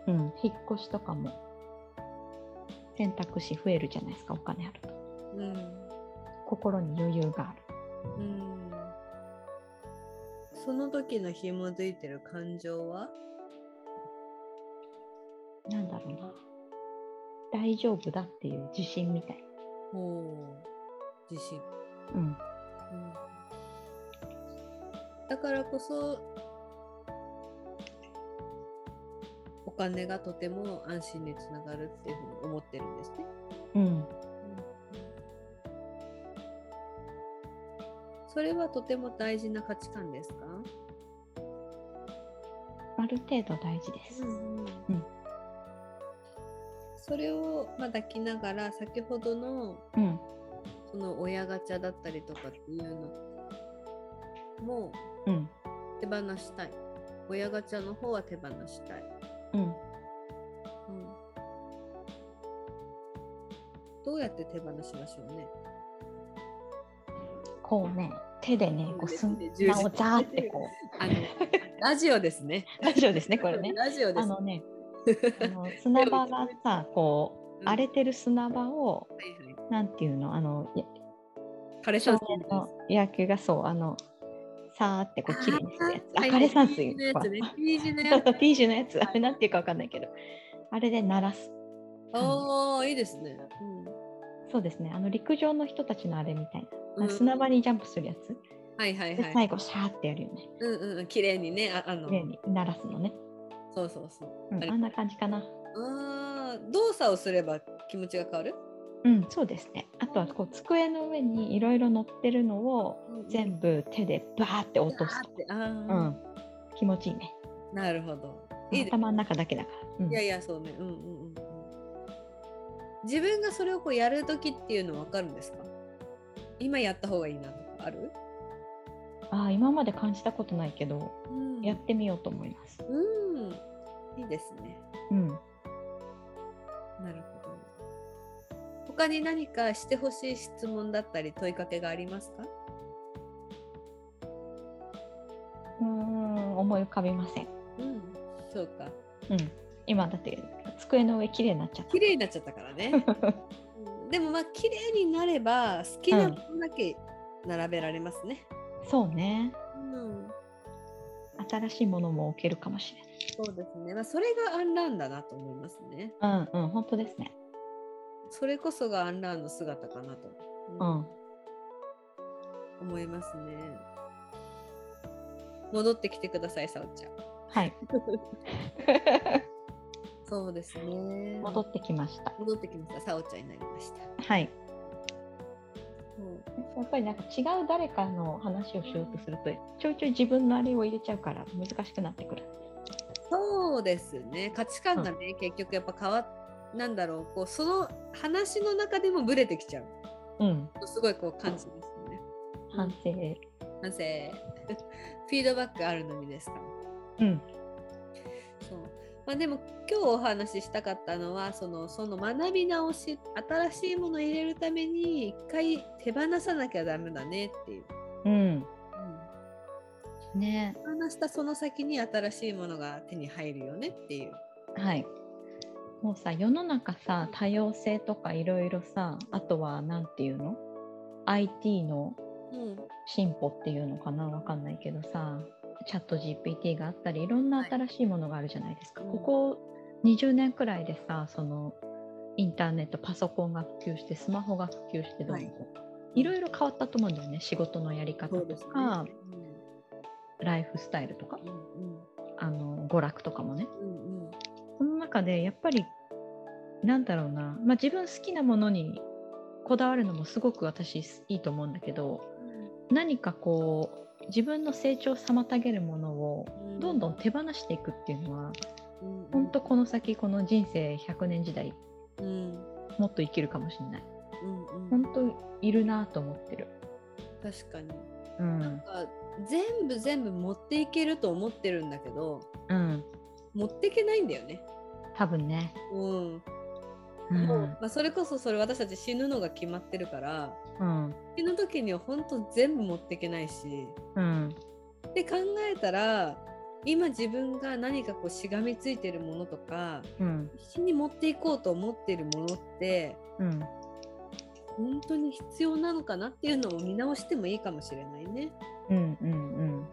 [SPEAKER 2] うん、引っ越しとかも選択肢増えるじゃないですかお金あると
[SPEAKER 1] うん
[SPEAKER 2] 心に余裕がある
[SPEAKER 1] うんその時のひもづいてる感情は
[SPEAKER 2] なんだろうな大丈夫だっていう自信みたい、
[SPEAKER 1] ほう自信、
[SPEAKER 2] うん、
[SPEAKER 1] だからこそお金がとても安心につながるっていうふうに思ってるんですね。
[SPEAKER 2] うん、
[SPEAKER 1] それはとても大事な価値観ですか、
[SPEAKER 2] ある程度大事です。うん
[SPEAKER 1] それをまあ抱きながら先ほどの
[SPEAKER 2] うん、
[SPEAKER 1] その親ガチャだったりとかっていうのも
[SPEAKER 2] うん、
[SPEAKER 1] 手放したい親ガチャの方は手放したい、
[SPEAKER 2] うん。
[SPEAKER 1] うん、どうやって手放しましょうね
[SPEAKER 2] こうね、手でね、こうすん
[SPEAKER 1] 手で十字
[SPEAKER 2] なをザーってこ
[SPEAKER 1] あのラジオですね
[SPEAKER 2] う。ラジオですね、これね。
[SPEAKER 1] ラジオで
[SPEAKER 2] あ
[SPEAKER 1] す
[SPEAKER 2] のね、あの砂場が さ、こう
[SPEAKER 1] うん
[SPEAKER 2] 荒れてる砂場を、
[SPEAKER 1] はいはい
[SPEAKER 2] なんていうの、あのや
[SPEAKER 1] 枯れ
[SPEAKER 2] 少
[SPEAKER 1] さん
[SPEAKER 2] 年の野球がそう、あのさーってこう綺麗にするやつ。
[SPEAKER 1] あ
[SPEAKER 2] あ、
[SPEAKER 1] ー
[SPEAKER 2] 枯れ山
[SPEAKER 1] はい
[SPEAKER 2] 水
[SPEAKER 1] のや
[SPEAKER 2] とか。
[SPEAKER 1] つね T 字の
[SPEAKER 2] そ
[SPEAKER 1] や
[SPEAKER 2] う
[SPEAKER 1] つ
[SPEAKER 2] そう、ティーシュのやつ、あれなんていうかわかんないけど、あれで鳴らす。
[SPEAKER 1] おーいいですね、
[SPEAKER 2] そうですね、あの陸上の人たちのあれみたいな
[SPEAKER 1] う
[SPEAKER 2] あ
[SPEAKER 1] ん
[SPEAKER 2] の、砂場にジャンプするやつ。
[SPEAKER 1] はいはい
[SPEAKER 2] で
[SPEAKER 1] はい
[SPEAKER 2] 最後シャーってやるよね。
[SPEAKER 1] うんうん綺麗にねああの
[SPEAKER 2] 綺麗に鳴らすのね。
[SPEAKER 1] そうそうそう
[SPEAKER 2] うん
[SPEAKER 1] あれ
[SPEAKER 2] あんな感じかな。
[SPEAKER 1] あー動作をすれば気持ちが変わる
[SPEAKER 2] うん、そうですね。あとはこう机の上にいろいろ乗ってるのを全部手でバーって落とすと。
[SPEAKER 1] あ
[SPEAKER 2] う
[SPEAKER 1] ー
[SPEAKER 2] ん、気持ちいいね。
[SPEAKER 1] なるほど。いいで
[SPEAKER 2] 頭の中だけだから。うん
[SPEAKER 1] いやいや、そうね。うんうんうんうん。自分がそれをこうやるときっていうのは分かるんですか今やった方がいいなとかある、
[SPEAKER 2] ああ、今まで感じたことないけど、
[SPEAKER 1] うん
[SPEAKER 2] やってみようと思います。
[SPEAKER 1] うん。いいですね。
[SPEAKER 2] うん。
[SPEAKER 1] なるほど。他に何かしてほしい質問だったり問いかけがありますか
[SPEAKER 2] うーん、思い浮かびません。
[SPEAKER 1] うん。そうか。
[SPEAKER 2] うん。今だって机の上綺麗になっちゃっ
[SPEAKER 1] 綺麗になっちゃったから ね。
[SPEAKER 2] た。
[SPEAKER 1] うんでもまあ綺麗になれば好きなものだけ並べられますね。
[SPEAKER 2] そうね。
[SPEAKER 1] うん
[SPEAKER 2] 新しいものも置けるかもしれ
[SPEAKER 1] そうですね、まあ、それがアンランだなと思いますね。
[SPEAKER 2] ない。うんうん、本当ですね。
[SPEAKER 1] それこそがアンランの姿かなと、
[SPEAKER 2] う
[SPEAKER 1] うん
[SPEAKER 2] ん。
[SPEAKER 1] 思いますね。戻ってきてください、さおちゃん。
[SPEAKER 2] はい。
[SPEAKER 1] そうですね。
[SPEAKER 2] 戻ってきました。
[SPEAKER 1] 戻ってきました、さおちゃんになりました。
[SPEAKER 2] はい。
[SPEAKER 1] そう
[SPEAKER 2] やっぱりなんか違う誰かの話をしようとするとちょいちょい自分のあれを入れちゃうから難しくなってくる。
[SPEAKER 1] そうですね、価値観がね、結局やっぱ変わっなんだろう、こうその話の中でもブレてきちゃう。
[SPEAKER 2] うん、
[SPEAKER 1] すごいこう感じますね。
[SPEAKER 2] 反省。
[SPEAKER 1] 反省。 フィードバックあるのみですから。
[SPEAKER 2] うん、
[SPEAKER 1] そうまあ、でも今日お話ししたかったのはそのその学び直し新しいものを入れるために一回手放さなきゃダメだねっていう、
[SPEAKER 2] うん、ね、
[SPEAKER 1] 手放したその先に新しいものが手に入るよねっていう、
[SPEAKER 2] はい。もうさ世の中さ多様性とかいろいろさあとはなんていうの IT の進歩っていうのかなわかんないけどさチャット GPT があったりいろんな新しいものがあるじゃないですか、
[SPEAKER 1] はい
[SPEAKER 2] ここ20年くらいでさそのインターネットパソコンが普及してスマホが普及してどうも、
[SPEAKER 1] はい
[SPEAKER 2] い、ろいろ変わったと思うんだよね仕事のやり方とか、ライフスタイルとか
[SPEAKER 1] うんうん
[SPEAKER 2] あの娯楽とかもね
[SPEAKER 1] うんうん
[SPEAKER 2] その中でやっぱりなんだろうな、まあ、自分好きなものにこだわるのもすごく私いいと思うんだけど何かこう自分の成長を妨げるものを
[SPEAKER 1] うん
[SPEAKER 2] どんどん手放していくっていうのは
[SPEAKER 1] うんうん
[SPEAKER 2] 本当この先この人生100年時代
[SPEAKER 1] うん
[SPEAKER 2] もっと生きるかもしれない
[SPEAKER 1] うんうん
[SPEAKER 2] 本当いるなと思ってる、
[SPEAKER 1] 確かに
[SPEAKER 2] う
[SPEAKER 1] なん
[SPEAKER 2] ん
[SPEAKER 1] か全部全部持っていけると思ってるんだけど
[SPEAKER 2] うん、
[SPEAKER 1] 持っていけないんだよね。
[SPEAKER 2] 多分ね、
[SPEAKER 1] うん
[SPEAKER 2] うん
[SPEAKER 1] もうまあ、それこそそれ私たち死ぬのが決まってるから
[SPEAKER 2] うん
[SPEAKER 1] 死ぬ時には本当全部持っていけないし
[SPEAKER 2] うん
[SPEAKER 1] って考えたら今自分が何かこうしがみついてるものとか
[SPEAKER 2] うん
[SPEAKER 1] 必死に持っていこうと思ってるものって
[SPEAKER 2] うん
[SPEAKER 1] 本当に必要なのかなっていうのを見直してもいいかもしれないね。
[SPEAKER 2] うんうんうん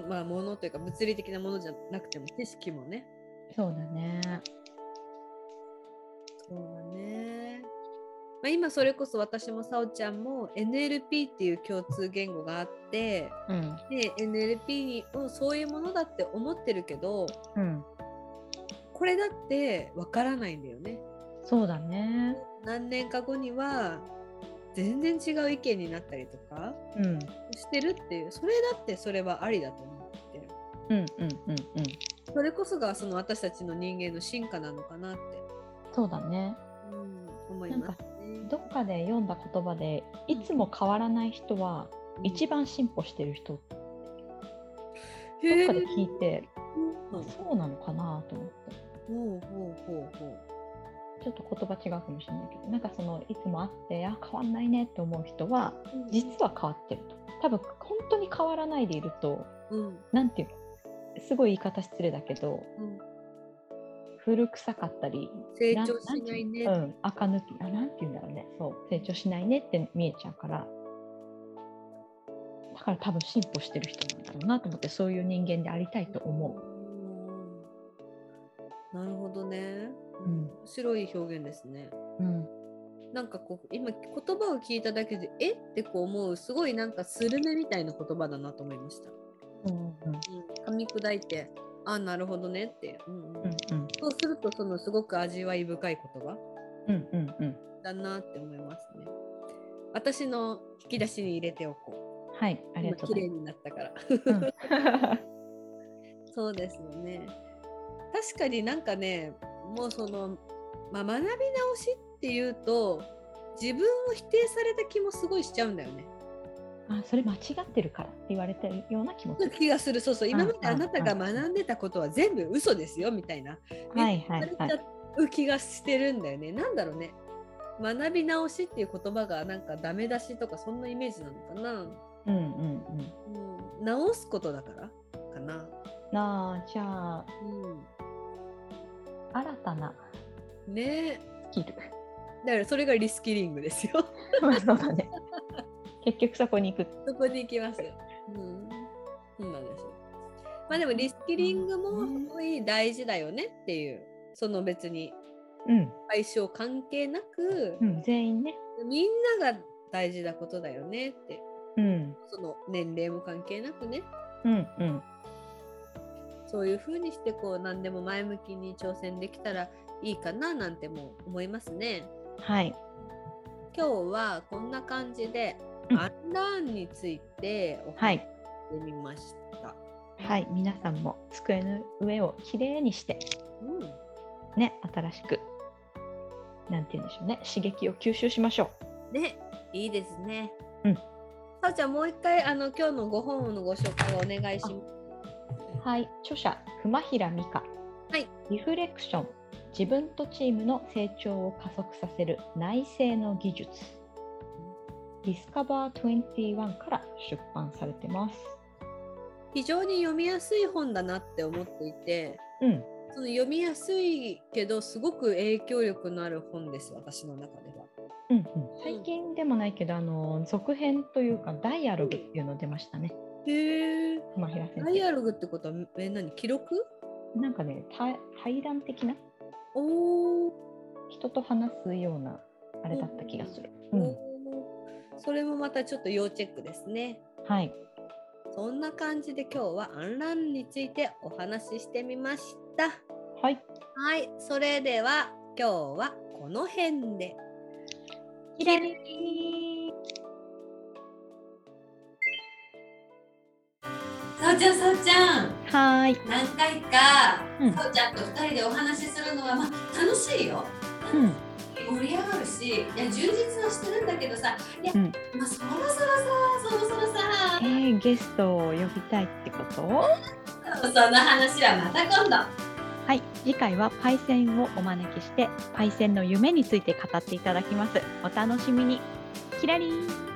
[SPEAKER 1] もまあ、ものというか物理的なものじゃなくても知識もね。
[SPEAKER 2] そうだね
[SPEAKER 1] そうだね。まあ、今それこそ私もさおちゃんも NLP っていう共通言語があって
[SPEAKER 2] うん
[SPEAKER 1] で NLP をそういうものだって思ってるけど
[SPEAKER 2] うん
[SPEAKER 1] これだってわからないんだよね。
[SPEAKER 2] そうだね
[SPEAKER 1] 何年か後には全然違う意見になったりとか
[SPEAKER 2] うん
[SPEAKER 1] してるっていうそれだってそれはありだと思ってる
[SPEAKER 2] うんうんうんうん
[SPEAKER 1] それこそがその私たちの人間の進化なのかなって、
[SPEAKER 2] そうだね
[SPEAKER 1] うん、思いますね。
[SPEAKER 2] どっかで読んだ言葉でいつも変わらない人は
[SPEAKER 1] うん
[SPEAKER 2] 一番進歩してる人ど
[SPEAKER 1] へ
[SPEAKER 2] っ
[SPEAKER 1] ー
[SPEAKER 2] かで聞いて、
[SPEAKER 1] うん
[SPEAKER 2] そうなのかなと思って
[SPEAKER 1] ほうほうほうほう
[SPEAKER 2] ちょっと言葉違うかもしれないけどなんかそのいつもあってあ変わんないねって思う人は実は変わってると多分本当に変わらないでいると
[SPEAKER 1] うん
[SPEAKER 2] なんていうかすごい言い方失礼だけど
[SPEAKER 1] うん、
[SPEAKER 2] 古臭かったり
[SPEAKER 1] 成長しないね
[SPEAKER 2] んんていううん、垢抜きあなんて言うんだろうねそう成長しないねって見えちゃうからだから多分進歩してる人なんだろうなと思ってそういう人間でありたいと思
[SPEAKER 1] うんなるほどね、
[SPEAKER 2] うん
[SPEAKER 1] 面白い表現ですね
[SPEAKER 2] う、うん、
[SPEAKER 1] なんかこう今言葉を聞いただけでえってこう思うすごいなんかスルメみたいな言葉だなと思いました、
[SPEAKER 2] うんうん
[SPEAKER 1] うん、噛み砕いてあなるほどねって、うんうん
[SPEAKER 2] うんうん
[SPEAKER 1] そうするとそのすごく味わい深い言葉
[SPEAKER 2] うんうんうん
[SPEAKER 1] だなって思いますね私の引き出しに入れておこう
[SPEAKER 2] はいありがとうご
[SPEAKER 1] 今綺
[SPEAKER 2] ざ
[SPEAKER 1] 麗
[SPEAKER 2] い
[SPEAKER 1] になったから
[SPEAKER 2] ます、
[SPEAKER 1] そうですよね。確かになんかねもうその、まあ、学び直しっていうと自分を否定された気もすごいしちゃうんだよね。
[SPEAKER 2] うん、あそれ間違ってるからって言われてるような気持ち
[SPEAKER 1] 気がするそうそう今まで
[SPEAKER 2] うんうん
[SPEAKER 1] あなたが学んでたことは全部嘘ですよみたいな
[SPEAKER 2] はいはい
[SPEAKER 1] さ
[SPEAKER 2] は
[SPEAKER 1] れ
[SPEAKER 2] い
[SPEAKER 1] ちゃう気がしてるんだよね。なんだろうね学び直しっていう言葉がなんかダメ出しとかそんなイメージなのかな、
[SPEAKER 2] うんうんうん
[SPEAKER 1] うん、直すことだからかな。
[SPEAKER 2] なあじゃあ
[SPEAKER 1] う、
[SPEAKER 2] 新たなん
[SPEAKER 1] ね
[SPEAKER 2] ス キル
[SPEAKER 1] だからそれがリスキリングですよ。
[SPEAKER 2] まあそうだね結局そこに行く
[SPEAKER 1] そこに行きますよ。うん。そうなんです。まあでもリスキリングもすごい大事だよねっていう、その別に
[SPEAKER 2] うん、
[SPEAKER 1] 相性関係なく
[SPEAKER 2] う、ん、全員ね
[SPEAKER 1] みんなが大事なことだよねって、
[SPEAKER 2] うん
[SPEAKER 1] その年齢も関係なくね、
[SPEAKER 2] うんうん
[SPEAKER 1] そういう風にしてこう何でも前向きに挑戦できたらいいかななんても思いますね。
[SPEAKER 2] はい
[SPEAKER 1] 今日はこんな感じで、
[SPEAKER 2] うん
[SPEAKER 1] アンラーンについてお
[SPEAKER 2] は
[SPEAKER 1] 話し
[SPEAKER 2] い
[SPEAKER 1] してみました。
[SPEAKER 2] はい皆さんも机の上をきれいにして
[SPEAKER 1] うん
[SPEAKER 2] ね新しくなんて言うんでしょうね刺激を吸収しましょ
[SPEAKER 1] ね、いいですね。
[SPEAKER 2] うん
[SPEAKER 1] さおちゃん、もう一回、あの、今日のご本のご紹介をお願いします。
[SPEAKER 2] うはい著者熊平美香
[SPEAKER 1] はい
[SPEAKER 2] リフレクション自分とチームの成長を加速させる内政の技術ディスカバー21から出版されてます
[SPEAKER 1] 非常に読みやすい本だなって思っていて、
[SPEAKER 2] うん
[SPEAKER 1] その読みやすいけど、すごく影響力のある本です、私の中では。
[SPEAKER 2] うんうん、最近でもないけどあの続編というかダイアログっていうの出ましたね
[SPEAKER 1] へえ。
[SPEAKER 2] 熊平先
[SPEAKER 1] ダイ
[SPEAKER 2] 生
[SPEAKER 1] アログってことは、え、何、記録
[SPEAKER 2] なんかね対対談的な
[SPEAKER 1] おー
[SPEAKER 2] 人と話すようなあれだった気がする、うん
[SPEAKER 1] おー。それもまたちょっと要チェックですね。
[SPEAKER 2] はい
[SPEAKER 1] そんな感じで今日はアンランについてお話ししてみました。
[SPEAKER 2] はい
[SPEAKER 1] はい、それでは今日はこの辺で。
[SPEAKER 2] ひらめき
[SPEAKER 1] おちゃん、さおちゃん、
[SPEAKER 2] はーい。
[SPEAKER 1] 何回か、
[SPEAKER 2] うん
[SPEAKER 1] さおちゃんと二人でお話しするのは、まあ、楽しいよ。
[SPEAKER 2] うん。
[SPEAKER 1] 盛り上がるし、いや、充実はしてるんだけどさ、いや、
[SPEAKER 2] うん
[SPEAKER 1] まあ、そろそろさ、そろそろさ
[SPEAKER 2] え、ー、ゲストを呼びたいってこと
[SPEAKER 1] その話はまた今度。
[SPEAKER 2] はい。次回はパイセンをお招きして、パイセンの夢について語っていただきます。お楽しみに。キラリン